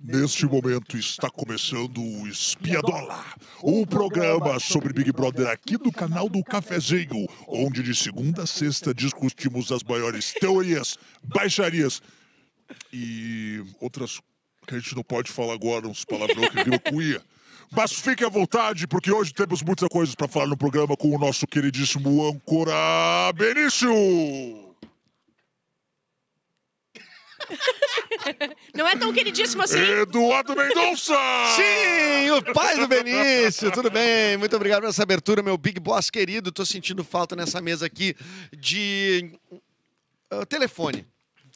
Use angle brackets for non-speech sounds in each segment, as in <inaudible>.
Neste momento está começando o Espiadola, o programa sobre Big Brother aqui do canal do Cafezinho, onde de segunda a sexta discutimos as maiores teorias, baixarias e outras que a gente não pode falar agora, uns palavrão que viram cuia. Mas fique à vontade, porque hoje temos muitas coisas para falar no programa com o nosso queridíssimo âncora Benício. Não é tão queridíssimo assim. Eduardo Mendonça! Sim, o pai do Benício, tudo bem? Muito obrigado por essa abertura, meu Big Boss querido. Tô sentindo falta nessa mesa aqui de. ah, telefone.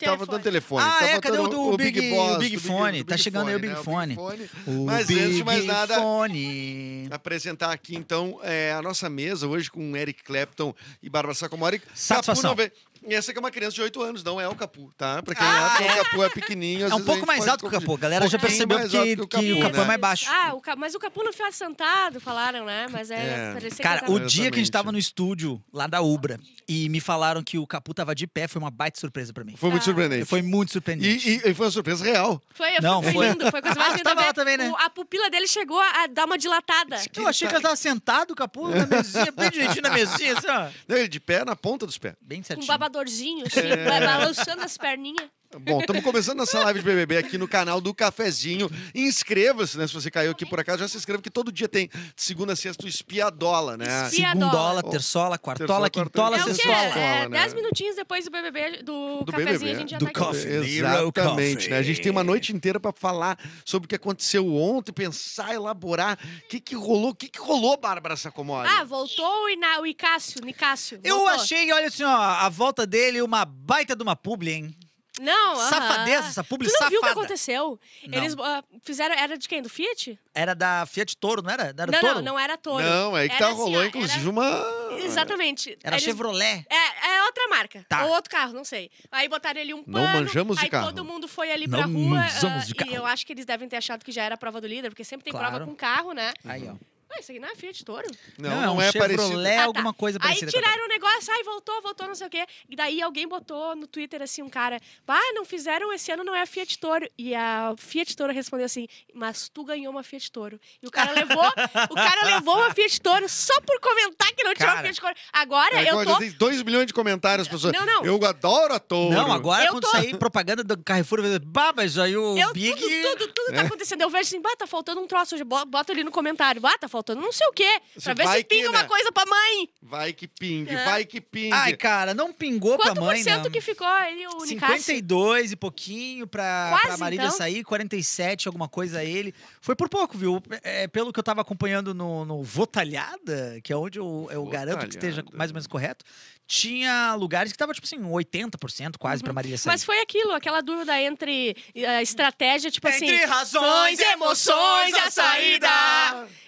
Tava dando telefone. Ah, Tá é, faltando cadê o do Big- o Big do Fone? do Tá chegando aí o Big Fone. né? O Mas antes de mais nada, Fone. apresentar aqui então é, a nossa mesa hoje com Eric Clapton e Bárbara Sacomori. Satisfação. Capu não vem- E Essa aqui é uma criança de 8 anos, não é o Capu, tá? Pra quem Ah, acha, o Capu é pequenininho. às É um vezes a pouco gente mais pode alto que o confundir. capô. A galera já Pouquinho percebeu mais que, alto que o capô é né? mais baixo. Ah, o ca- mas o Capu não ficava sentado, falaram, né? Mas é. É. parecia que ele Cara, o tava- dia que a gente Exatamente. tava no estúdio lá da Ubra e me falaram que o Capu tava de pé, foi uma baita surpresa pra mim. Foi Tá. muito surpreendente. Foi muito surpreendente. E, e- e foi uma surpresa real. Foi, Não, foi, foi. lindo, foi a <laughs> coisa mais Ah, linda. tava ver. lá também, né? O- a pupila dele chegou a dar uma dilatada. Eu achei que ela tava sentado, o Capu, na mesinha, bem direitinho na mesinha, assim, ó. Não, ele né? de pé na ponta dos pés. Bem Com um certinho. babadorzinho, assim, É. ba- balançando as perninhas. Bom, estamos começando nossa live de BBB aqui no canal do Cafezinho. Inscreva-se, né? Se você caiu aqui por acaso, já se inscreva, que todo dia tem de segunda a sexta o Espiadola, né? Espi- Segundola, Piadola. terçola, Terçola, quartola, Fala quintola, é o quê? sensual, sextola. É, né? dez minutinhos depois do BBB, do, é. Do cafezinho, BBB, a gente já do tá aqui. coffee. Exatamente, Zero né? A gente tem uma coffee. noite inteira para falar sobre o que aconteceu ontem, pensar, elaborar, o que, que rolou, o que, que rolou, Bárbara Sacomori? Ah, voltou o, Iná, o Icácio, Nicácio. Eu voltou. achei, olha assim, ó, a volta dele uma baita de uma publi, hein? Não, aham. Safadeza, essa publi Tu não viu o que safada. aconteceu? Não. Eles ah, fizeram. Era de quem? Do Fiat? Era da Fiat Toro, não era? Não era não, Toro? não, é não era Toro. Não, aí que Era tá, assim, ó, rolou, era- inclusive, uma. Exatamente. Era Eles- Chevrolet. É, é outra marca. Tá. Ou outro carro, não sei. Aí botaram ele um pano. Não manjamos de aí carro. todo mundo foi ali Não pra rua. manjamos ah, de carro. E eu acho que eles devem ter achado que já era a prova do líder, porque sempre tem prova Claro. com carro, né? Aí, ó. Ah, isso aqui não é Fiat Toro. Não, Não, não, é um é Chevrolet. parecido. É Ah, tá. alguma coisa parecida Aí com a tiraram o negócio, ai, voltou, voltou, não sei o quê. E daí alguém botou no Twitter assim, um cara, ah, não fizeram, esse ano não é a Fiat Toro. E a Fiat Toro respondeu assim, mas tu ganhou uma Fiat Toro. E o cara levou, o cara levou uma Fiat Toro só por comentar que não tinha uma Cara. Fiat Toro. Agora É, eu agora tô... Tem 2 milhões de comentários, pessoas. Não, não. Eu adoro a touro. Não, agora Eu quando tô- sair propaganda do Carrefour, eu vou dizer, babas, aí o Eu, Big... É. tudo, tudo, tudo tá acontecendo. Eu vejo assim, bah, tá faltando um troço hoje. Bo- Bota ali no comentário, bah, tá faltando não sei o quê. Pra Se ver vai se que, pinga né? uma coisa pra mãe. Vai que pingue, É. vai que pingue. Ai, cara, não pingou Quanto pra mãe, por cento né? que ficou ali o Nicásio? 52 e pouquinho pra, Quase, pra Marília então. sair, 47, alguma coisa a ele. Foi por pouco, viu? É, pelo que eu tava acompanhando no, no Votalhada, que é onde eu, eu garanto que esteja Votalhada. mais ou menos correto, tinha lugares que tava, tipo assim, 80% quase pra Marília sair. Uhum. Mas foi aquilo, aquela dúvida entre eh, estratégia, tipo assim. Entre razões, emoções, a saída.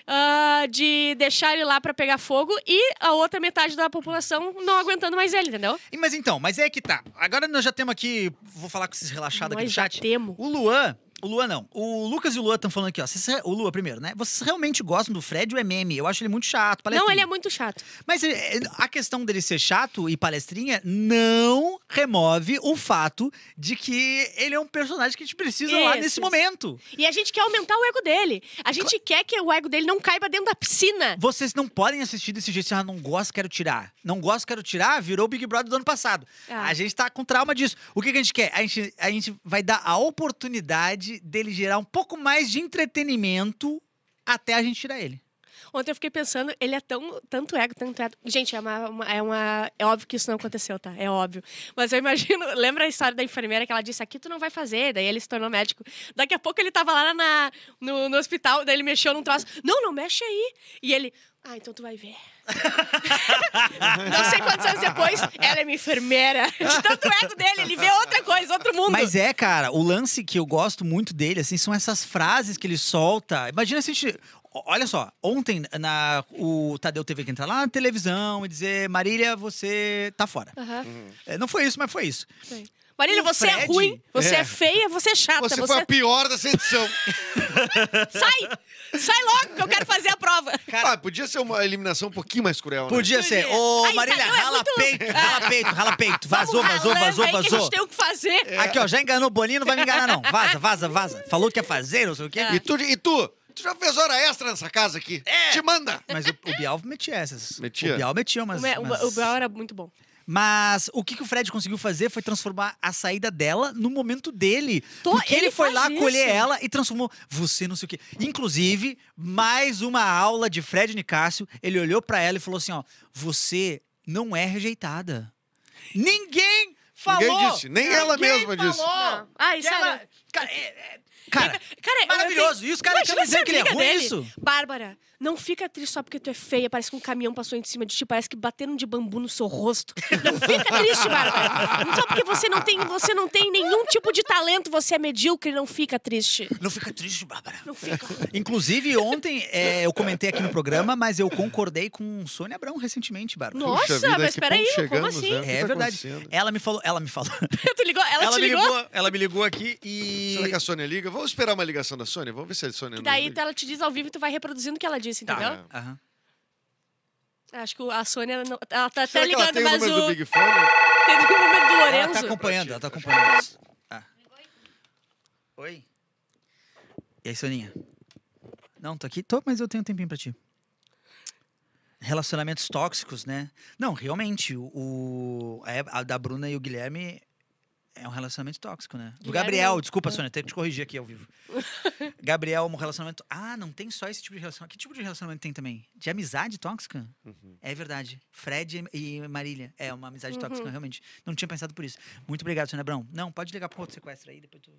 ah, de deixar ele lá pra pegar fogo e a outra metade da população não aguentando mais ele, entendeu? E, mas então, mas é que tá. Agora nós já temos aqui. Vou falar com esses relaxados aqui Nós no já chat. temo. O Luan. O Luan não. O Lucas e o Luan estão falando aqui, ó. Vocês re- o Luan primeiro, né? Vocês realmente gostam do Fred ou é meme? Eu acho ele muito chato. Não, Palestrinha. ele é muito chato. Mas é, é, a questão dele ser chato e palestrinha não remove o fato de que ele é um personagem que a gente precisa lá Isso, nesse isso. momento. E a gente quer aumentar o ego dele. A gente quer que o ego dele não caiba dentro da piscina. Vocês não podem assistir desse jeito. assim, Ah, não gosto, quero tirar. Não gosto, quero tirar. Virou o Big Brother do ano passado. Ah. A gente tá com trauma disso. O que, que a gente quer? A gente, a gente vai dar a oportunidade dele gerar um pouco mais de entretenimento até a gente tirar ele. Ontem eu fiquei pensando, ele é tão tanto ego, tanto ego. Gente, é uma, uma- é uma. É óbvio que isso não aconteceu, tá? É óbvio. Mas eu imagino. <laughs> Lembra a história da enfermeira que ela disse: aqui tu não vai fazer, daí ele se tornou médico. Daqui a pouco ele tava lá na, no, no hospital, daí ele mexeu num troço. Não, não mexe aí. E ele. Ah, então tu vai ver. <laughs> não sei quantos anos depois, ela é minha enfermeira. <laughs> De tanto ego dele, ele vê outra coisa, outro mundo. Mas é, cara, o lance que eu gosto muito dele, assim, são essas frases que ele solta. Imagina se a gente. o- Olha só, ontem na, o Tadeu teve que entrar lá na televisão e dizer: Marília, você tá fora. Aham. É, Não foi isso, mas foi isso. Sim. Marília, O você é Fred? ruim, você é. É. feia, você é chata. Você Você, foi a pior dessa <laughs> edição. Sai! Sai logo que eu quero fazer a prova. Ah, podia ser uma eliminação um pouquinho mais cruel, né? Podia ser. Podia. Ô, Aí, Marília, então, é rala muito- peito, rala peito, rala peito. Vamos <laughs> Vazou, vazou, ralando vazou, aí Que a vazou. É, gente tá- tem o que fazer. Aqui, ó, já enganou o Boninho, não vai me enganar, não. Vaza, vaza, vaza. Falou que ia fazer, não sei o quê. Ah. E tu, e tu? Tu já fez hora extra nessa casa aqui? É. Te manda! Mas o, o Bial metia essas. Metia? O Bial metia, mas. O me- o- mas... O Bial era muito bom. Mas o que, que o Fred conseguiu fazer foi transformar a saída dela no momento dele. Tô- porque ele, ele foi lá faz colher isso. ela e transformou você não sei o quê. Inclusive, mais uma aula de Fred Nicásio, ele olhou pra ela e falou assim, ó, você não é rejeitada. Ninguém falou. disse, nem Ninguém ela mesma falou. disse. Não. Ah, isso Que ela- era- Cara, é- é- cara, é Cara, eu- Maravilhoso. eu tenho- E os caras Imagina ficam dizendo essa que ele é briga ruim, dele. isso? Bárbara, não fica triste só porque tu é feia, parece que um caminhão passou em cima de ti, parece que bateram de bambu no seu rosto. Não fica triste, Bárbara. Só porque você não tem, você não tem nenhum tipo de talento, você é medíocre, não fica triste. não fica triste, Bárbara. Não <laughs> fica. Inclusive, ontem é, eu comentei aqui no programa, mas eu concordei com Sônia Abrão recentemente, Bárbara. Nossa, Puxa vida, mas que peraí, ponto como chegamos, assim? né? O que É tá verdade. acontecendo? Ela me falou, ela me falou. Tu ligou? Ela, te me ligou? ligou, ela me ligou aqui e Será que a Sônia liga? Vamos esperar uma ligação da Sônia? Vamos ver se a Sônia E nos daí tá- liga. ela te diz ao vivo e tu vai reproduzindo o que ela disse, Tá. entendeu? Aham. Acho que a Sônia não- ela tá até Será que ela ligando, tem o mas número do o. Big Fone? Tem o número do Ela tá Lorenzo. acompanhando, ela tá acompanhando isso. Ah. Oi. E aí, Soninha? Não, tô aqui, tô, mas eu tenho um tempinho pra ti. Relacionamentos tóxicos, né? Não, realmente, o, o- a, a da Bruna e o Guilherme é um relacionamento tóxico, né? Do Guilherme Gabriel, não. desculpa, Sônia, tenho que te corrigir aqui ao <laughs> vivo. Gabriel, um relacionamento. Ah, não tem só esse tipo de relacionamento. Que tipo de relacionamento tem também? De amizade tóxica? É verdade. Fred e e Marília. É uma Uhum. amizade tóxica, realmente. Não tinha pensado por isso. Muito obrigado, Sônia Abrão. Não, pode ligar pro outro sequestro aí, depois tu.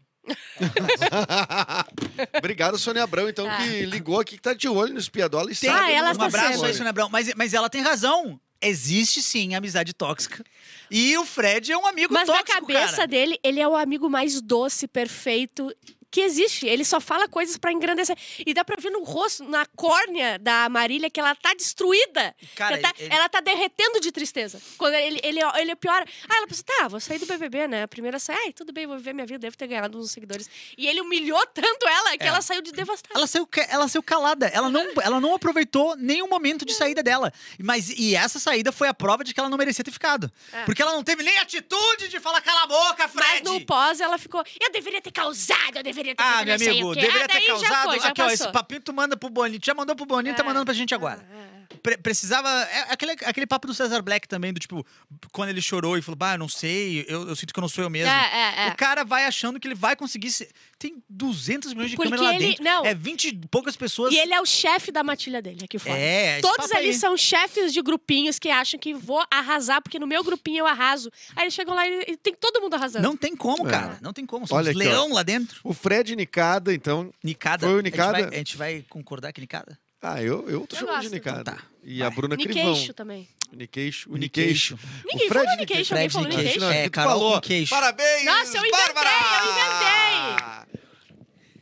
<laughs> Obrigado, Sônia Abrão, então, Ah. que ligou aqui, que tá de olho no espiadola e Tem sabe. Ah, ela um tá abraço certa. aí, Sônia Abrão. Mas, mas ela tem razão. Existe sim amizade tóxica. E o Fred é um amigo Mas tóxico, na cabeça cara. dele, ele é o amigo mais doce, perfeito que existe. Ele só fala coisas pra engrandecer. E dá pra ver no rosto, na córnea da Marília, que ela tá destruída. Cara, ela, tá, ele- ela tá derretendo de tristeza. Quando ele, ele, ele é pior. Ah, ela pensa, tá, vou sair do BBB, né? A primeira sai, ai, tudo bem, vou viver minha vida, devo ter ganhado uns seguidores. E ele humilhou tanto ela que É. ela saiu de devastada. Ela saiu, ca- ela saiu calada, ela não, ela não aproveitou nenhum momento de saída dela. Mas e essa saída foi a prova de que ela não merecia ter ficado. É. Porque ela não teve nem atitude de falar cala a boca, Mas Fred. no pós ela ficou, eu deveria ter causado, eu deveria ter Ah, feito meu não sei amigo, o quê." deveria Ah, ter daí já causado. foi, já Aqui, ó, esse passou. papinho tu manda pro Boninho. Já mandou pro Boninho, tá É. mandando pra gente agora. Ah, ah, Pre- precisava. É aquele, aquele papo do Cesar Black também, do tipo, quando ele chorou e falou, bah, eu não sei, eu, eu sinto que eu não sou eu mesmo. É, é, é. O cara vai achando que ele vai conseguir. se- Tem 200 milhões de Porque câmeras lá ele- dentro. não. É 20 e poucas pessoas. E ele é o chefe da matilha dele aqui fora. É, esse Todos papo ali aí. são chefes de grupinhos que acham que vou arrasar, porque no meu grupinho eu arraso. Aí eles chegam lá e, e tem todo mundo arrasando. Não tem como, É. cara. Não tem como. São Olha uns aqui, ó. leão lá dentro. O Fred Nicada, então. Nicada. Foi o A gente Nicada? vai- A, gente vai, concordar que Nicada? Ah, eu, eu tô Eu chamando de gosto. Nicada. Então tá, E a Bruna Crivão. Niqueixo também. Niqueixo. O Niqueixo. Niqueixo. Ninguém O Fred falou Niqueixo, alguém Fred falou Niqueixo. Niqueixo. Não, É, que tu Carol falou. com queixo. Parabéns, Nossa, eu inventei, Bárbara! eu inventei.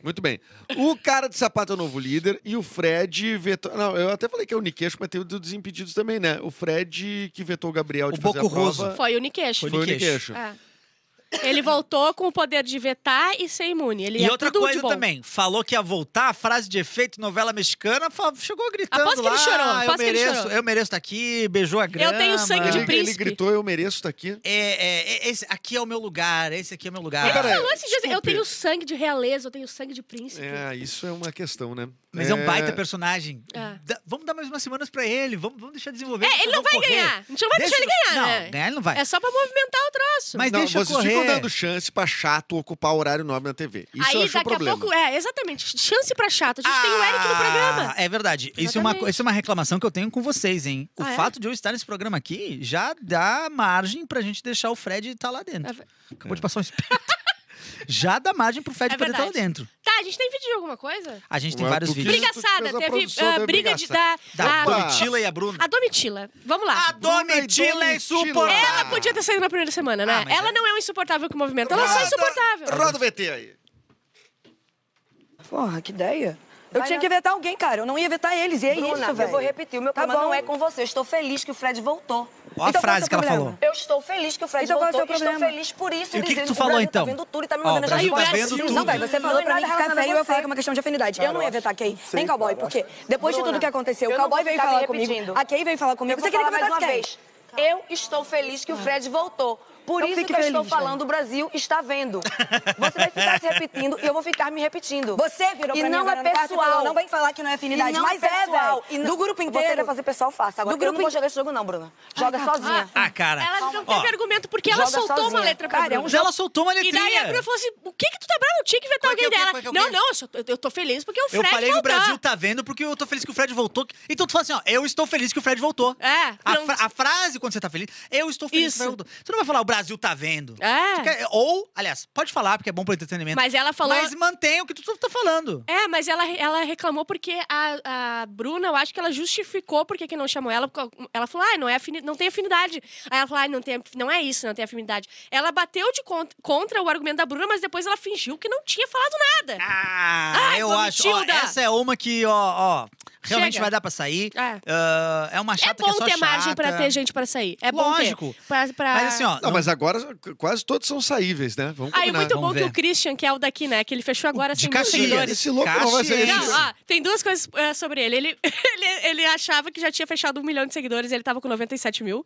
Muito bem. O cara de sapato é o novo líder e o Fred vetou... Não, eu até falei que é o Niqueixo, mas tem o do Desimpedidos também, né? O Fred que vetou o Gabriel de O fazer a Bocurroso. prova Foi o Niqueixo. Ah. Foi foi o Niqueixo. Niqueixo. É. Ele voltou com o poder de vetar e ser imune. Ele E é outra tudo de coisa bom. também, falou que ia voltar, frase de efeito, novela mexicana, fa- chegou gritando Aposto que ele lá, chorou, "Ah, eu aposto que ele mereço, chorou." eu mereço estar aqui, beijou a grama. tenho sangue Ah, de Ele, ele príncipe. gritou, eu mereço estar aqui. É, é, é, esse aqui é o meu lugar, esse aqui é o meu lugar. Mas Ele Ah, peraí, falou Então, esses dias, eu desculpe. tenho sangue de realeza, eu tenho sangue de príncipe. É, isso é uma questão, né? Mas é, um baita personagem. É. Dá- vamos dar mais umas semanas pra ele, vamos, vamos deixar desenvolver. É, ele não vai ganhar. A gente não vai deixar ele ganhar, não, né? ganhar ele não vai. É só pra movimentar o troço. Mas Não, deixa vocês correr. ficam dando chance pra chato ocupar horário nobre na TV. Isso Aí eu acho um daqui a problema. pouco. É, exatamente. Chance pra chato. A gente tem o Eric no programa. Ah, É verdade. Isso é, uma, co- Exatamente. isso é uma reclamação que eu tenho com vocês, hein? O Ah, é? fato de eu estar nesse programa aqui já dá margem pra gente deixar o Fred estar lá dentro. É ve- Acabou de passar um espírito. <laughs> já dá margem pro Fred É poder estar lá verdade. dentro. Tá, a gente tem vídeo de alguma coisa? A gente tem Ué, vários tu quis- vídeos. Briga- Brigaçada, fez a teve produção ah, da briga de, da. Brigaça. Da a- Domitila e a Bruna. a Domitila. Vamos lá. A Domitila é insuportável. Ela podia ter saído na primeira semana, né? Ah, mas ela é- não é um insuportável que movimenta, ela é só insuportável. Roda o VT aí. Porra, que ideia. Eu tinha que vetar alguém, cara. Eu não ia vetar eles. E é Bruna, isso, velho. eu vou repetir, o meu Tá problema bom. não é com você. Eu estou feliz que o Fred Ó a voltou. Então qual é o frase seu que ela problema? falou. Eu estou feliz que o Fred Então qual é o voltou. seu Eu estou problema? feliz por isso, E o que que dizendo tu falou, o Brasil então? tá vendo tudo e tá Ó, me o mandando as Brasil tá respostas. vendo Não, tudo. velho, você falou pra mim tá de ficar feio, eu falei que é uma questão de afinidade. Eu não ia vetar Kay, nem cowboy, porque depois de tudo que aconteceu, o Eu não cowboy vou veio ficar falar me comigo, repetindo. a Kay veio falar comigo. Eu Você vou queria que falar mais eu uma vetasse Kay? vez. Eu estou feliz que o Fred voltou. Por Então isso Ah. fique que eu estou feliz, velho. falando, o Brasil está vendo. Você vai ficar se repetindo e eu vou ficar me repetindo. Você virou E pra mim não agora é no quarto e falou, pessoal. não vem falar que não é afinidade, E não mas é é, pessoal. velho. E não- Do grupo inteiro. Você vai fazer pessoal faça. Agora, Do eu grupo não vou jogar esse jogo não, Bruna. Joga sozinha. Ah, cara. Ela não Ó, teve argumento porque ela Joga soltou uma sozinha. letra pra Cara, é um Bruna. Ela soltou uma E letrinha. daí a Bruna falou assim: o que que tu tá bravo? Eu tinha que vetar Qual que é alguém o quê? dela. Qual que é o Não, quê? não, eu, sou- eu- eu tô feliz porque o Eu Fred falei que o voltar. Brasil tá vendo porque eu tô feliz que o Fred voltou. Então tu fala assim, ó, eu estou feliz que o Fred voltou. É, A, pronto. fra- a frase quando você tá feliz, eu estou feliz que o Isso. Fred voltou. Você não vai falar o Brasil tá vendo. É. Tu quer- ou, aliás, pode falar porque é bom pro entretenimento. Mas ela falou- Mas mantém o que tu, tu tá falando. É, mas ela, ela reclamou porque a, a Bruna, eu acho que ela justificou porque que não chamou ela. porque Ela falou, ah, não, é afini- não tem afinidade. Aí ela falou, ah, não, tem, af- não é isso, não tem afinidade. Ela bateu de con- contra o argumento da Bruna, mas depois ela fingiu que não tinha falado nada. Ah, Ai, eu vamos, acho. ó, Tilda. essa é uma que, ó, ó, realmente Chega. vai dar pra sair. É. Ah, é uma É chata que bom só ter margem pra chata. ter gente pra sair. É bom Lógico. ter. Pra, pra... Mas assim, ó. Não, não- mas agora qu- quase todos são saíveis, né? Vamos Aí, combinar. muito vamos bom que ver. o Christian, que é o daqui, né? Que ele fechou agora de sem mil Caxias. seguidores. Esse louco não vai sair Caxias. desse- Não, ó, tem duas coisas é, sobre ele. Ele, <laughs> ele. ele achava que já tinha fechado um milhão de seguidores, ele tava com 97 mil.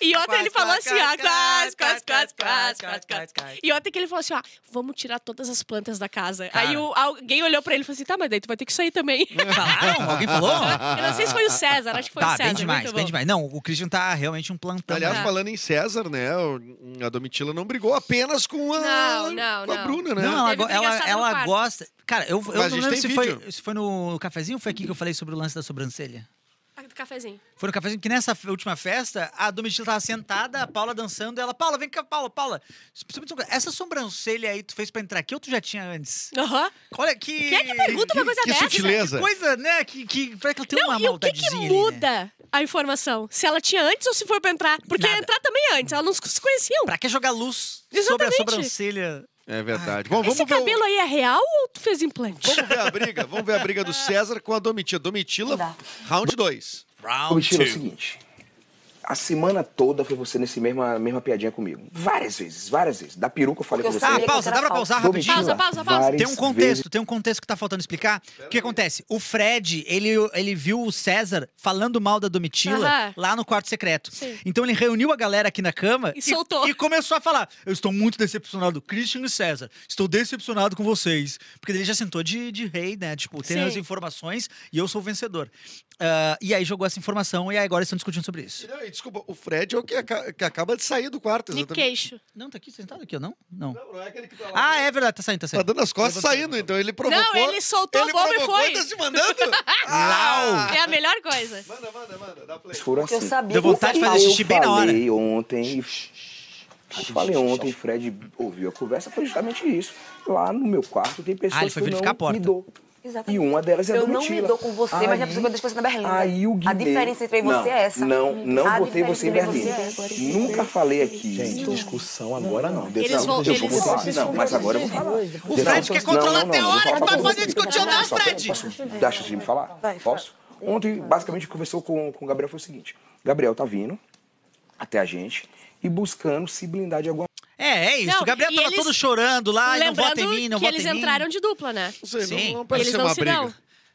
E ontem ele falou assim, ó, quase, quase, quase, quase, quase, quase, E ontem que ele falou assim, ó, vamos tirar todas as plantas da casa. Cara. Aí o- alguém olhou pra ele e falou assim, tá, mas daí tu vai ter que sair também. Falaram? Alguém falou? <laughs> Eu não sei se foi o César, acho que foi Tá, o César. bem demais, muito bem bom. demais. Não, o Christian tá realmente um plantão. Aliás, né? falando em César, né? o- A Domitila não brigou apenas com a, Não, não, com a não. Bruna, né? Não, ela, Teve go- ela, brigaçada no ela quarto. gosta. Cara, eu, eu a não gente lembro tem se vídeo. foi, se foi no cafezinho ou foi aqui que eu falei sobre o lance da sobrancelha? Ah, Do cafezinho. Foi no cafezinho que nessa f- última festa, a Domitila tava sentada, a Paula dançando, e ela, Paula, vem cá, Paula, Paula. só me diz uma coisa, Essa sobrancelha aí tu fez pra entrar aqui ou tu já tinha antes? Aham. Olha que. Quem é que pergunta uma coisa que dessa? sutileza. Coisa, né? Que, que parece que ela tem Não, uma e o que, que maldadezinha ali, né? muda a informação? Se ela tinha antes ou se foi pra entrar? Porque Nada. entrar também é antes, elas não se conheciam. Pra que jogar luz sobre a Exatamente. sobrancelha? É verdade. Bom, vamos Esse ver, o- cabelo aí é real ou tu fez implante? vamos ver a briga. Vamos ver a briga do César com a Domitila. Domitila, Dá. round 2. Ô, Round Michele, é o two. seguinte. A semana toda foi você nesse mesma, mesma piadinha comigo. Várias vezes, várias vezes. Da peruca eu falei Porque com eu você. Tá, Seria pausa, dá pra considerado pausar Vou rapidinho? mentir lá. Pausa, pausa, pausa. Várias Tem um contexto, vezes. tem um contexto que tá faltando explicar. O que acontece? O Fred, ele, ele viu o César falando mal da Domitila Aham. lá no quarto secreto. Sim. Então ele reuniu a galera aqui na cama E soltou. E começou a falar: Eu estou muito decepcionado, Christian e César. Estou decepcionado com vocês. Porque ele já sentou de, de rei, né? Tipo, tem Sim. as informações e eu sou o vencedor. Ah, e aí jogou essa informação e agora estão discutindo sobre isso. E, Desculpa, o Fred é o que, aca- que acaba de sair do quarto. De Exatamente. queixo. Não, tá aqui sentado aqui, ou não? Não. Não, não é aquele que tá lá. Ah, é verdade, tá saindo, tá Tá saindo. dando as costas Levantou, saindo, então ele provocou. ele soltou a ele bomba e provocou foi. tá <laughs> se mandando? Lau! É a melhor coisa. Manda, manda, manda. Dá play. Foram assim. Eu sabia Deu que vontade de você- fazer xixi bem na hora. Eu falei ontem... Eu falei ontem, Fred ouviu a conversa, foi justamente isso. Lá no meu quarto tem pessoas Ah, ele foi que eu verificar a não porta. me dou. E Exatamente. uma delas é a Eu não Domitila. me dou com você, mas já percebi que eu deixo você na Berlinda. Aí o Guimê... A diferença entre você Não, é essa. Não, não A botei você em Berlim. diferença entre você é essa. Nunca falei aqui. Gente, discussão agora não. Deus Eles vão- Eu eles- vou falar. Não, mas agora eu vou falar. O Fred quer controlar até a hora, não tu vai vai poder discutir ou não, Fred? Posso dar chance de me falar? Posso? Ontem, basicamente, o que conversou com, com o Gabriel foi o seguinte. Gabriel tá vindo até a gente e buscando se blindar de alguma É, é isso. Não, o Gabriel e tava eles- todo chorando lá, e não Lembrando vota em mim, não que vota em eles mim. entraram de dupla, né? Não sei, Sim. não, não Eles pareceu não uma se briga. dão.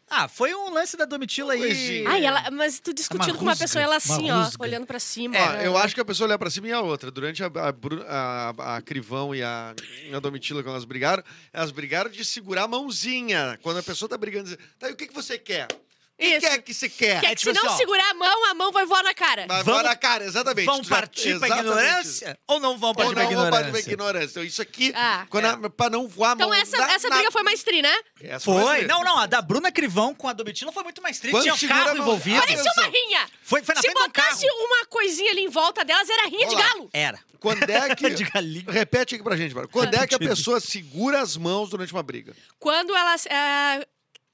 Ah, foi um lance da Domitila aí. Coisinha. Ai, ela, mas tu discutindo com uma rusga, pessoa, ela assim, uma ó, rusga. olhando pra cima. Ó, É, né? eu acho que a pessoa olha pra cima e a outra. Durante a, a Bru- a- a Crivão e a, a Domitila, quando elas brigaram, elas brigaram de segurar a mãozinha. Quando a pessoa tá brigando, dizer, tá, e o que, que você quer? O que, Isso. que é que você quer? Que é é que tipo se não assim, ó. segurar a mão, a mão vai voar na cara. Mas Vamos- vai na cara, exatamente. Vão Tu já- partir pra exatamente. ignorância ou não vão Ou partir pra não, vão partir pra ignorância? ignorância. Então, isso aqui, Ah, quando a- pra não voar a mão Então essa, na- essa na- briga foi mais tri, né? Essa assim. Foi. mais- Não, não. A da Bruna Crivão com a Domitila foi muito mais triste. Quando Tinha o segura a carro mão- envolvido. Olha Parecia uma rinha. Foi, foi na Se frente de um carro. botasse uma coisinha ali em volta delas, era rinha de Olá. galo. Era. Quando é <laughs> que... De galinha. Repete aqui pra gente, Bárbara. Quando é que a pessoa segura as mãos durante uma briga? Quando elas... É...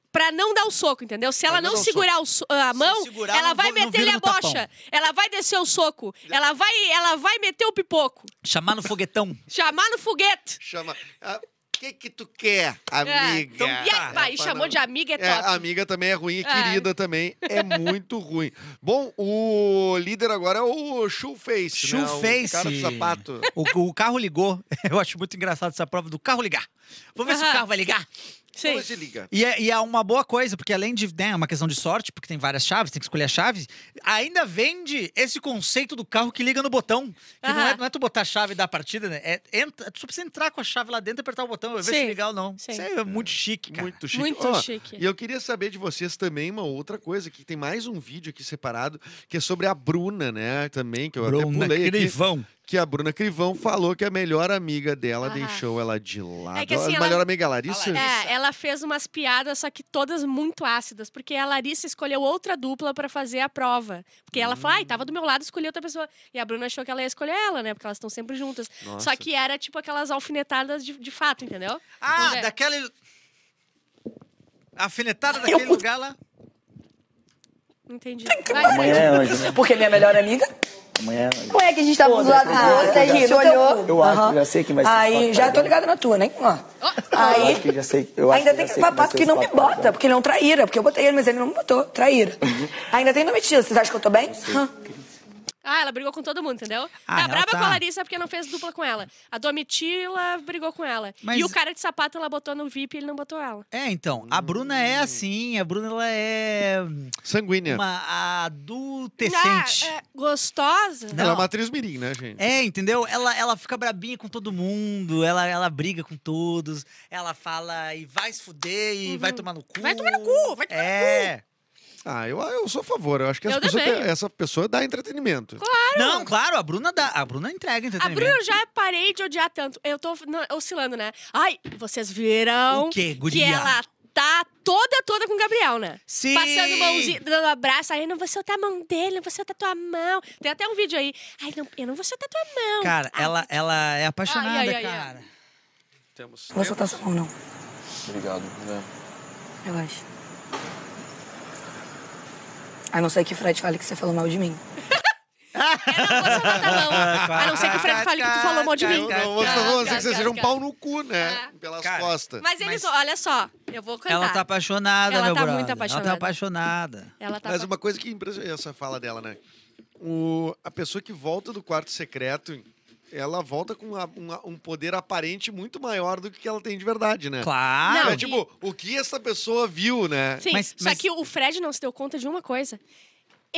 Pra não dar o soco, entendeu? Se ela não não, dar o segurar o so- a Se mão, segurar, ela não vai vou- não meter-lhe vira a no tapão. bocha. Ela vai descer o soco. Ela vai, ela vai meter o pipoco. Chamar no foguetão. Chamar no foguete. Chama... Ah, que que tu quer, amiga? Tá, então É, E aí, vai, Rapaz, chamou não. de amiga é É, top. amiga também é ruim e É. querida também é muito ruim. Bom, o líder agora é o Shoeface, né? Shoeface. O cara do sapato. O, o carro ligou. <laughs> Eu acho muito engraçado essa prova do carro ligar. Vamos ver se o Aham. carro vai ligar. Sim. Hoje Então, liga. E é, e é uma boa coisa, porque além de né, é uma questão de sorte, porque tem várias chaves, tem que escolher a chave, ainda vende esse conceito do carro que liga no botão. Que não, é, Aham. não é tu botar a chave da partida, né? É, entra, tu só precisa entrar com a chave lá dentro e apertar o botão, ver se Sim, ligar ou não. sim. Isso é muito chique, cara. Muito chique. Muito Ó, chique. E eu queria saber de vocês também uma outra coisa, que tem mais um vídeo aqui separado, que é sobre a Bruna, né? Também, que eu até pulei aqui. Crivão. Que a Bruna Crivão falou que a melhor amiga dela Aham. deixou ela de lado. É que assim, a ela- melhor amiga é a Larissa? É, ela fez umas piadas, só que todas muito ácidas, porque a Larissa escolheu outra dupla pra fazer a prova. Porque ela falou, ai, tava do meu lado, escolhi outra pessoa. E a Bruna achou que ela ia escolher ela, né? Porque elas estão sempre juntas. Nossa. Só que era tipo aquelas alfinetadas de, de fato, entendeu? Ah, É. daquela. Afinetada daquele lugar lá. Entendi. Vai, Amanhã Sérgio. é anjo, né? Porque minha melhor amiga. Amanhã é anjo. Como é que a tá gente tava um do lado do outro, eu já Serginho? sei. Tu olhou? Eu acho que Aham. já sei quem vai ser Ah, Aí, escotado. já tô ligada na tua, né? Ó. Eu Aí, acho que já sei. Eu acho ainda que já sei tem que quem vai papato ser que não me escotado. bota, porque ele é um traíra. Porque eu botei ele, mas ele não me botou. Traíra. Uhum. Ainda tem nome tio. Vocês acham que eu tô bem? Hã? Ah, ela brigou com todo mundo, entendeu? Ah, tá ela brava tá. com a Larissa porque não fez dupla com ela. A Domitila brigou com ela. Mas- E o cara de sapato ela botou no VIP e ele não botou ela. É, então, a Bruna Hum. é assim, a Bruna ela é Sanguínea. uma adultecente. Ah, é, gostosa? Não. Ela é uma atriz mirim, né, gente? É, entendeu? Ela, ela fica brabinha com todo mundo, ela, ela briga com todos, ela fala e vai se fuder e vai tomar no cu. Uhum. Vai tomar no cu, vai tomar É. Ah, eu, eu sou a favor. Eu acho que essa, Eu pessoa, também. tem- essa pessoa dá entretenimento. Não, claro, a Bruna dá, a Bruna entrega A entretenimento. Bruna é eu já parei de odiar tanto. Eu tô na- oscilando, né? Ai, vocês viram O quê, que é guria? ela tá toda, toda com o Gabriel, né? Sim. Passando mãozinha, dando um abraço. Ai, eu não vou soltar a mão dele, não vou soltar tua mão. Tem até um vídeo aí. Ai, não, eu não vou soltar tua mão. Cara, Ai, ela, ela é apaixonada, Ah. ai, ai, cara. Temos. Não vou soltar essa mão, não. Obrigado, né? Relaxa. A não ser que o Fred fale que você falou mal de mim. Eu não vou soltar tua mão. <laughs> A não ser que o Fred fale que tu falou mal de mim. Eu não vou Cara, falar, a cara, não ser que você cara, seja um cara. pau no cu, né? Pelas Cara, costas. Mas eles, Mas- olha só, eu vou cantar. Ela tá apaixonada, Então Ela meu tá brother. muito Ela apaixonada. tá apaixonada. Ela tá Mas apa- uma coisa que impressiona essa fala dela, né? O, a pessoa que volta do quarto secreto, ela volta com uma- uma- um poder aparente muito maior do que ela tem de verdade, né? Claro. Não, é tipo, o que essa pessoa viu, né? Sim, Mas- só mas- que o Fred não se deu conta de uma coisa.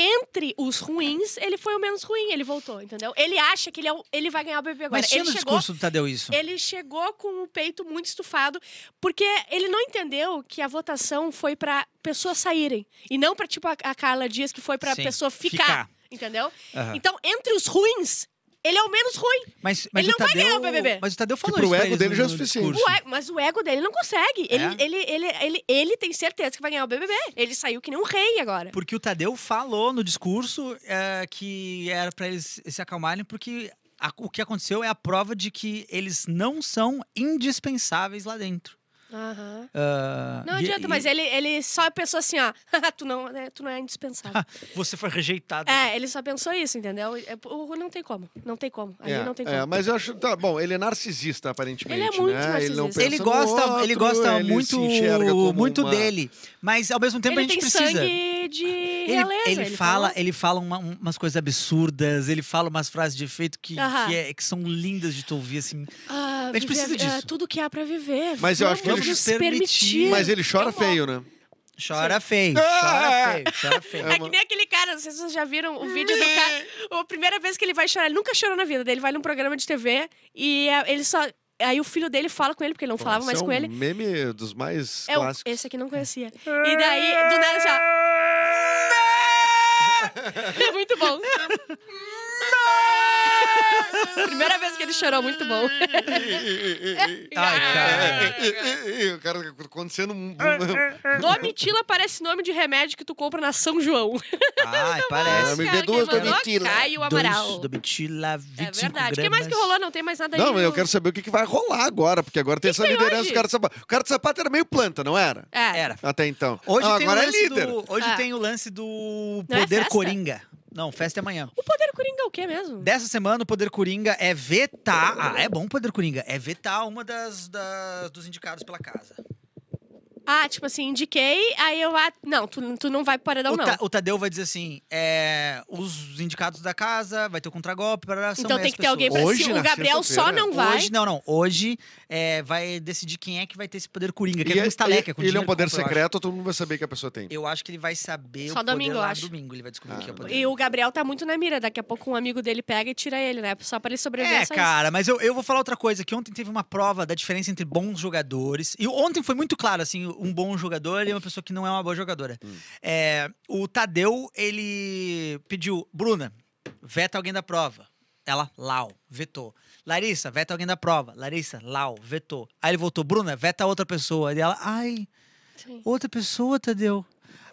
Entre os ruins, ele foi o menos ruim, ele voltou, entendeu? Ele acha que ele, é o- ele vai ganhar o BBB agora. Mas tinha ele no chegou, discurso do Tadeu isso. ele chegou com o peito muito estufado, porque ele não entendeu que a votação foi pra pessoas saírem. E não pra, tipo, a, a Carla Dias, que foi pra Sim, pessoa ficar, ficar. entendeu? Aham. Então, entre os ruins, ele é o menos ruim. Mas, mas Ele o não vai Tadeu, ganhar o BBB. Mas o Tadeu falou pro isso pra ego eles dele no- já é no suficiente. O discurso. ego- mas o ego dele não consegue. Ele, É? ele, ele, ele, ele tem certeza que vai ganhar o BBB. Ele saiu que nem um rei agora. Porque o Tadeu falou no discurso eh, que era pra eles se acalmarem, porque a- o que aconteceu é a prova de que eles não são indispensáveis lá dentro. Aham. Ah, Não e- adianta, e- mas ele, ele só pensou assim, ó, <laughs> tu não, é- tu não é <laughs> indispensável. Você foi rejeitado. é, ele só pensou isso, entendeu? É, o- Não tem como, não tem como. Ali É, não tem como. é, mas eu acho. Tá, bom, ele é narcisista, aparentemente. Ele é muito né? Ele, narcisista. não pensa Ele no gosta, ele outro, gosta ele se muito, enxerga como muito uma- dele. Mas ao mesmo tempo ele a gente tem precisa. sangue de Ele, realeza. ele fala, falou. ele fala uma- um, umas coisas absurdas, ele fala umas frases de efeito que, Aham. que, é- que são lindas de tu ouvir, assim. Ah, a gente viver precisa vida- disso. tudo que há pra viver. Mas eu acho que Vamos ele- nos permitir. permitir. Mas ele chora Eu feio, né? Chora feio, chora feio, chora feio. É que nem aquele cara, não sei se vocês já viram o vídeo do Né. cara. A primeira vez que ele vai chorar, ele nunca chorou na vida dele. Ele vai num programa de TV e é, ele só. Aí o filho dele fala com ele, porque ele não falava Esse mais é com um ele. meme dos mais É, o- <laughs> clássicos. esse aqui não conhecia. E daí, do nada, assim, ó. É <laughs> muito bom. <laughs> Primeira vez que ele chorou, muito bom. É, Ai, cara. o cara tá acontecendo um. É, um- Domitila parece nome de remédio que tu compra na São João. Ai, parece. Ah, Esse me dê cara que duas mandou, Domitila. Caio Dois Amaral. Domitila, 25 É verdade. O gramas. que mais que rolou? Não tem mais nada aí. Não, mas eu no- quero saber o que, que vai rolar agora, porque agora tem Que essa que tem liderança hoje? do cara de sapato. O cara de sapato era meio planta, não era? É. Era. Até então. Hoje Não, tem agora o é lance líder. do, hoje Ah. tem o lance do Não é poder festa? coringa. Não, festa é amanhã. O poder coringa é o quê mesmo? Dessa semana, o Poder Coringa é vetar. Ah, é bom o Poder Coringa. É vetar uma das, das- dos indicados pela casa. Ah, tipo assim, indiquei, aí eu. ah, Não, tu, tu não vai pro paredão, o, não. Ta- o Tadeu vai dizer assim: é, os indicados da casa, vai ter o contragolpe, parará, são Então tem dez que ter alguém pra pessoas. Hoje, cima. na O Gabriel só sexta-feira? não vai. Hoje, não, não. Hoje é, vai decidir quem é que vai ter esse poder coringa, que E é um estaleca. com ele é um dinheiro poder que compra, eu acho. secreto, todo mundo vai saber que a pessoa tem. Eu acho que ele vai saber Só o poder domingo, eu lá acho. domingo. Ele vai descobrir o que é o poder. E o Gabriel tá muito na mira. Daqui a pouco um amigo dele pega e tira ele, né? Só pra ele sobreviver. É, só cara, mas eu, eu vou falar outra coisa, que ontem teve uma prova da diferença entre bons jogadores. E ontem foi muito claro, assim, um bom jogador e uma pessoa que não é uma boa jogadora. É, o Tadeu, ele pediu, Bruna, veta alguém da prova. Ela, Lau, vetou. Larissa, veta alguém da prova. Larissa, Lau, vetou. Aí ele voltou, Bruna, veta outra pessoa. E ela, ai, isso. Sim. outra pessoa, Tadeu.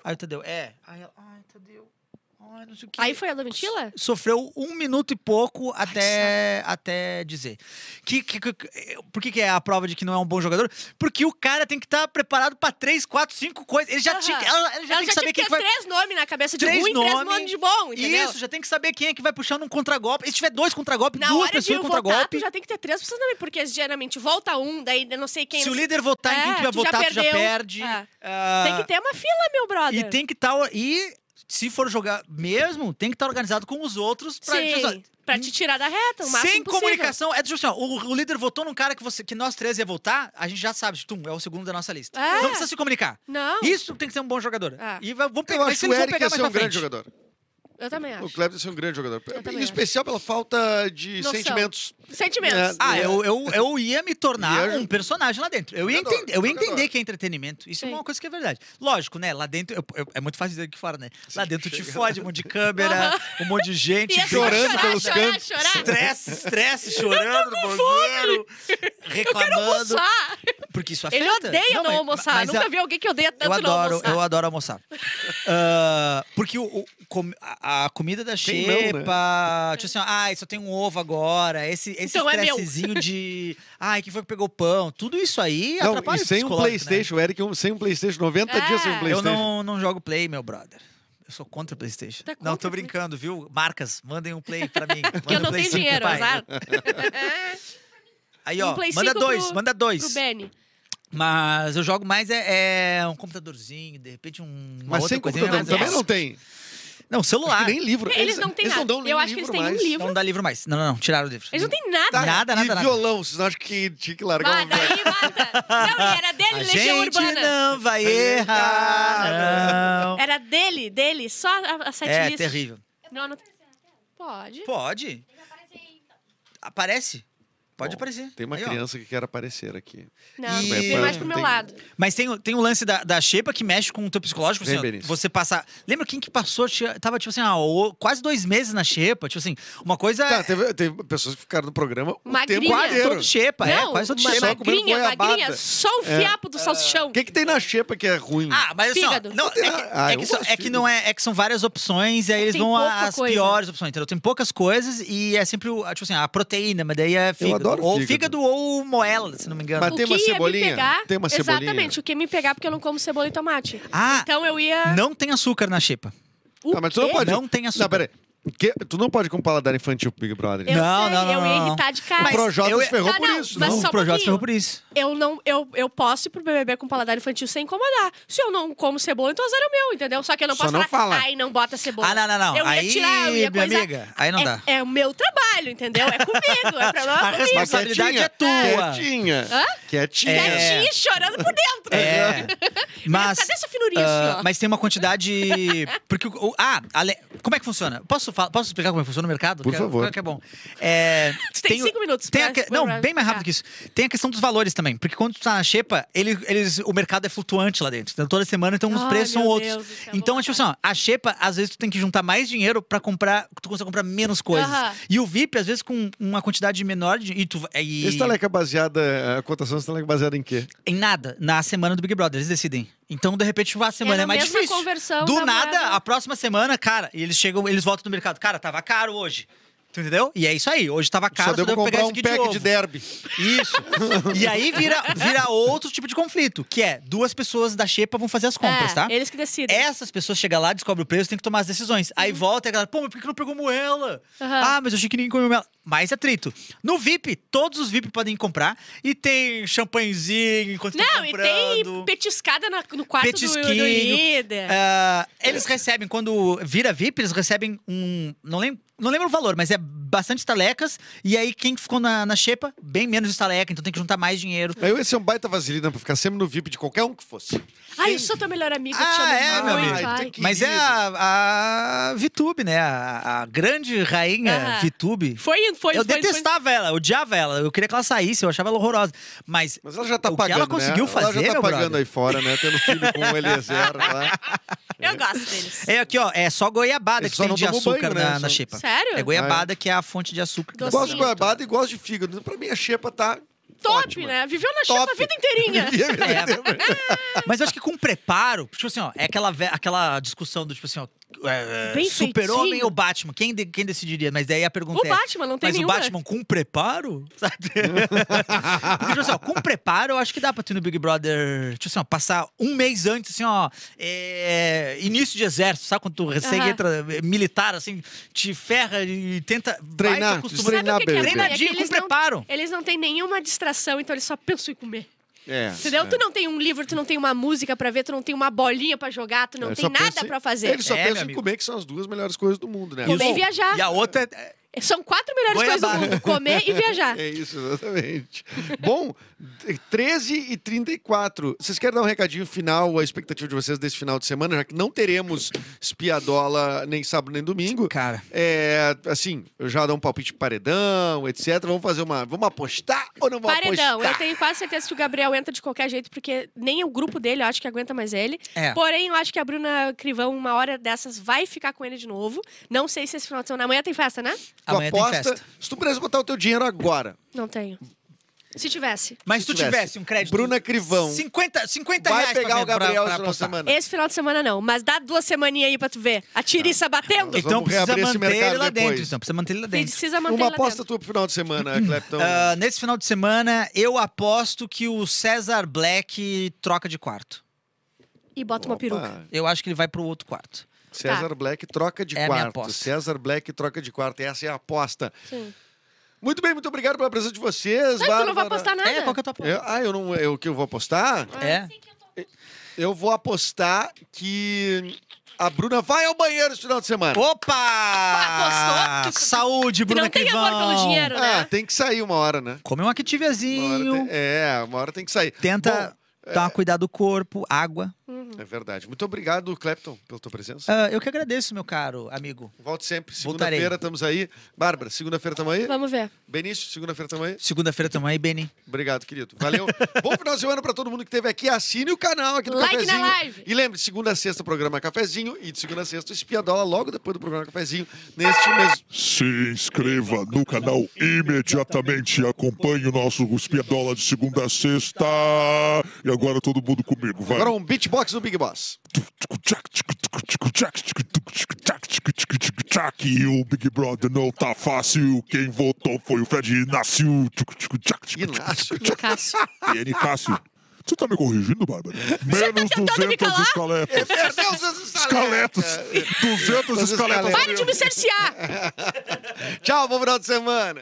Aí o Tadeu, é. Aí ela, ai, Tadeu, ai, não sei o que Aí foi a da mentira? sofreu um minuto e pouco até, até dizer. Que, que- que- por que, que é a prova de que não é um bom jogador? Porque o cara tem que estar preparado pra três, quatro, cinco coisas. Ele já tinha, Aham. ela, ele já Ela tem que saber tinha quem é ter que vai. três nomes na cabeça de Três ruim, três nome. nomes de bom, entendeu? Isso, já tem que saber quem é que vai puxar num contragolpe. E se tiver dois contragolpes, Na duas hora de pessoas eu no votar, tu contragolpe. já tem que ter três pessoas também, porque geralmente volta um, daí não sei quem. Se o não sei- líder votar em quem É, que vai tu já votar, tu já perdeu. perde. É. Ah, Tem que ter uma fila, meu brother. E tem que estar. e se for jogar mesmo, tem que estar organizado com os outros pra. assim, Sim, pra te tirar da reta, o máximo Sem possível. comunicação. É tipo assim, ó, o, o líder votou num cara que, você, que nós três ia votar, a gente já sabe, tum, é o segundo da nossa lista. É. Não precisa se comunicar. Não, Isso tem que ser um bom jogador. É. E vai- vamos Eu pegar, mas acho que se o eles vão Eric pegar ia mais ser pra um grande frente. jogador. eu também O acho. Kleber ia ser um grande jogador. também Em acho. especial pela falta de Noção. sentimentos. Sentimentos. Ah, eu, eu, eu ia me tornar Ia- um personagem lá dentro. Eu ia, Jogador, entender, eu ia jogador. entender que é entretenimento. Isso Sim. é uma coisa que é verdade. Lógico, né? Lá dentro, eu- eu- é muito fácil dizer aqui fora, né? Lá dentro te chega fode um monte de câmera, um monte de gente <laughs> Ia chorando assim, chorar, pelos chorar, cantos. chorar. Estresse, estresse, chorando no banheiro, reclamando. Almoçar. Porque isso afeta. Ele odeia não, Tá mas- almoçar. mas Nunca a- vi alguém que odeia tanto eu adoro, não almoçar. Eu <laughs> adoro almoçar. Ah, porque o, o- com- a, a comida da Quem não, né? xepa... Tipo assim, ó, ai, só tem um ovo agora. Esse, esse Então é meu. estressezinho de... <laughs> Ai, quem foi que pegou o pão? Tudo isso aí Não, atrapalha e o sem um psicológico, né? Playstation, o Eric um- sem um Playstation, 90 dias sem um É. Eu Playstation. não, não jogo Play, meu brother. Eu sou contra o Playstation. Tá não, contra tô o Play? brincando, viu? Marcas, mandem um Play pra mim. <laughs> Porque Que eu não tenho dinheiro, azar. Aí, Um ó, Play manda 5 dois, pro- manda dois. Pro Benny. Mas eu jogo mais é, é um computadorzinho, de repente um. uma Mas outra sem coisinha, computador mas- também não tem. Não, celular. Nem livro. Eles não têm nada. dão nem Eu acho que livro eles têm um mais. livro. Não dá livro mais. Não, não, não. Tiraram o livro. Eles não têm nada. Tá, nada, e nada, nada. violão, vocês não acham que tinha que largar Bah, um daí mata. Não, e era dele, <laughs> A Legião gente Urbana. não vai errar. <laughs> Não. Era dele, dele, só a, a sete É lista. terrível. Não, não... Pode. Pode. Aparece. Pode aparecer. Tem uma Aí, ó. criança que quer aparecer aqui. Não, E- vem mais pro meu Tem- lado. Mas tem, o- tem o lance da, da xepa que mexe com o teu psicológico. Vem, Assim, ó, Benício. você passar. Lembra quem que passou? tinha- Tava tipo assim, ah, o- quase dois meses na xepa. Tipo assim, uma coisa. Tá, teve, teve pessoas que ficaram no programa o É. Magrinha. tempo Quase inteiro. todo xepa, é. não, Quase todo ma- xepa. comendo magrinha, goiabada. magrinha, só o É. fiapo do salsichão. O que, que tem na xepa que é ruim? Ah, mas assim, ó, Fígado. não, é, que- Ah, é eu que, são- gosto de é que fígado. não é, é que são várias opções e aí eles É Tem vão pouca às coisa. piores opções, entendeu? Tem poucas coisas e é sempre, o- tipo assim, a proteína, mas daí é adoro fígado. ou fígado. ou moela, se não me engano. Mas- o tem que uma cebolinha? ia me pegar... Tem uma cebolinha? Exatamente, o que ia me pegar porque eu não como cebola e tomate. Ah, Então eu ia... não tem açúcar na xepa. O Tá, mas tu não quê? pode. Não tem açúcar. Não, peraí. Que- tu não pode com paladar infantil pro Big Brother. Eu Não, sei, não, não, eu ia não, irritar de cara. O Projota eu- se ferrou Não, por não, isso. mas não? só um o projeto pouquinho. ferrou por isso. Eu não, eu, eu posso ir pro BBB com paladar infantil sem incomodar. Se eu não como cebola, então zero é o meu, entendeu? Só que eu não Só posso não falar, fala. ai, não bota cebola. Ah, não, não, não. Eu ia aí, tirar, eu ia minha coisar. amiga, aí não é, dá. É o meu trabalho, entendeu? É comigo, é <laughs> A problema comigo. Mas responsabilidade é tua. Quietinha. Hã? Quietinha. Quietinha, chorando por dentro. <laughs> É. Mas, Cadê essa finurinha ah, assim, ó? mas tem uma quantidade. Porque o. o- ah, ale- como é que funciona? Posso, fa- posso explicar como é que funciona o mercado? Por Que é- favor. Que é bom. <laughs> É, Tu tem o- cinco minutos tem a pra- que- não, pra- bem mais rápido tá. que isso. Tem a questão dos valores também. Porque quando tu tá na xepa, ele, eles, o mercado é flutuante lá dentro. Então, toda semana, então os Ai, preços são meu outros. Deus do céu, então, vou é tipo assim, ó, a xepa, às vezes tu tem que juntar mais dinheiro pra comprar. Tu consegue comprar menos coisas. Aham. E o VIP, às vezes, com uma quantidade menor de. E tu, e, Estaleca é baseada, a cotação estaleca baseada em quê? em nada na semana do Big Brother. Eles decidem. Então, de repente, a semana é, na mais mesma difícil. conversão do da nada, moeda. a próxima semana, cara, e eles chegam, eles voltam do mercado. Cara, tava caro hoje. Tu entendeu? E é isso aí. Hoje tava Só caro, deu só pra deu pra comprar pegar isso um aqui pack de de, de derby. <laughs> Isso. E aí vira, vira outro tipo de conflito, que é duas pessoas da xepa vão fazer as compras, É, tá? Eles que decidem. Essas pessoas chegam lá, descobrem o preço, tem que tomar as decisões. Aí volta e a galera, pô, mas por que não pegou moela? Uhum. Aham. Ah, mas eu achei que ninguém comeu moela. Mais atrito. No VIP, todos os VIP podem comprar e tem champanhezinho enquanto tá Não, e tem comprando. petiscada na- no quarto do, do Petisquinho. líder. Ah, eles recebem, quando vira VIP, eles recebem um. Não lembro, não lembro o valor, mas é bastante estalecas. E aí, quem ficou na, na xepa, bem menos estaleca, então tem que juntar mais dinheiro. Aí eu ia ser um baita vaselina pra ficar sempre no VIP de qualquer um que fosse. Ai, eu sou teu melhor amigo, eu te Ah, amo é, meu muito. amigo. ai. Tem que- Mas é a, a VTube, né? A, a grande rainha Aham. VTube. Foi indo, foi foi eu indo, foi indo. detestava ela, eu odiava ela. Eu queria que ela saísse, eu achava ela horrorosa. Mas, Mas ela já tá o pagando. que ela conseguiu né? fazer, Ela já tá meu pagando brother? aí fora, né? Tendo filho com o Eliezer lá. Eu gosto deles. É aqui, ó, é só goiabada Eles que só tem não de tomam banho, açúcar né? na, na Só- xepa. Sério? É goiabada que é a fonte de açúcar. <laughs> da- Docinho. Gosto de goiabada e gosto de fígado. Pra mim a xepa tá. Top, ótima. né? Viveu na Top. chuva a vida <laughs> inteirinha. <laughs> É. Mas eu acho que com preparo, tipo assim, ó, é aquela, ve- aquela discussão do tipo assim, ó, Bem super-homem feitinho. ou Batman? Quem, de- quem decidiria? Mas daí a pergunta O é. Batman, não tem mas nenhuma. o Batman com preparo? <laughs> Sabe? Porque, tipo assim, ó, com preparo, eu acho que dá pra tu ir no Big Brother, tipo assim, ó, passar um mês antes, assim, ó, é, início de exército, sabe? Quando tu recém Aham. entra é, militar, assim, te ferra e tenta. Treinar, vai te Sabe acostumando. Sabe o que, que é bebê. ruim? É que Treinadinho, com eles não- preparo. Eles não têm nenhuma distração, então eles só pensam em comer. É. Entendeu? Tu não tem um livro, tu não tem uma música pra ver, tu não tem uma bolinha pra jogar, tu não É, tem nada pra fazer. Ele só É, pensa meu em amigo. comer, que são as duas melhores coisas do mundo, né? Comer Isso. e viajar. E a outra é- São quatro melhores coisas do Goiabada. mundo: comer e <laughs> viajar. É isso, exatamente. Bom, 13 e 34. Vocês querem dar um recadinho final, a expectativa de vocês desse final de semana, já que não teremos espiadola nem sábado nem domingo. Cara. É, assim, eu já dou um palpite paredão, etc. Vamos fazer uma. Vamos apostar ou não vamos Paredão, apostar? eu tenho quase certeza que o Gabriel entra de qualquer jeito, porque nem o grupo dele eu acho que aguenta mais ele. É. Porém, eu acho que a Bruna Crivão, uma hora dessas, vai ficar com ele de novo. Não sei se esse final de semana. Amanhã tem festa, né? Tu Amanhã tem aposta. festa. Se tu pudesse botar o teu dinheiro agora, Não tenho. Se tivesse. Mas se tu tivesse, tivesse um crédito. Bruna Crivão 50, 50 vai reais pra pegar o ver- pra- Gabriel pra esse final de apostar. semana. Esse final de semana não, mas dá duas semaninhas aí pra tu ver. A tiriça batendo. Nós Então vamos precisa reabrir esse manter ele mercado lá depois. dentro. Então precisa manter ele lá dentro. Precisa manter Uma lá aposta dentro. tua pro final de semana, Clepton. Ah, nesse final de semana, eu aposto que o César Black troca de quarto. E bota uma Opa. peruca. Eu acho que ele vai pro outro quarto. César Black troca de É a minha quarto. aposta. César Black troca de quarto. Essa é a aposta. Sim. Muito bem, muito obrigado pela presença de Não, vocês. tu não vai Bárbara. apostar nada. É, qual que é a tua aposta? Eu- ah, eu não. eu- O que eu vou apostar? É. Eu vou apostar que a Bruna vai ao banheiro esse final de semana. Opa! apostou? Tu- tu- Saúde, tu Bruna não tem Crivão. amor pelo dinheiro, né? Ah, tem que sair uma hora, né? Come um Uma hora tem- Activiazinho. é, uma hora tem é. que sair. Tenta dar uma cuidada do corpo, água. Bom, é verdade. Muito obrigado, Clepton, pela tua presença. Ah, eu que agradeço, meu caro amigo. Volte sempre. Voltarei. Segunda-feira estamos aí. Bárbara, segunda-feira estamos aí. Vamos ver. Benício, segunda-feira estamos aí. Segunda-feira também, Beni. Obrigado, querido. Valeu. <laughs> Bom final de semana pra todo mundo que esteve aqui. Assine o canal aqui do Like Cafezinho. na live. E lembre, segunda a sexta, programa Cafezinho. E de segunda a sexta, espiadola logo depois do programa Cafezinho. Neste mesmo. Se inscreva no canal imediatamente e acompanhe o nosso Guspiadola de segunda a sexta. E agora todo mundo comigo, vai. Agora um beatbox do Big Boss. E o Big Brother não tá fácil. Quem votou foi o Fred Inácio. <laughs> Inácio. Cássio. E N. Cássio. Você tá me corrigindo, Bárbara? Menos tentando me 200 calar? escaletas. Perdeu os seus Escaletas. 200 Os escaletas. escaletas. Para de me cercear! Tchau, bom final de semana.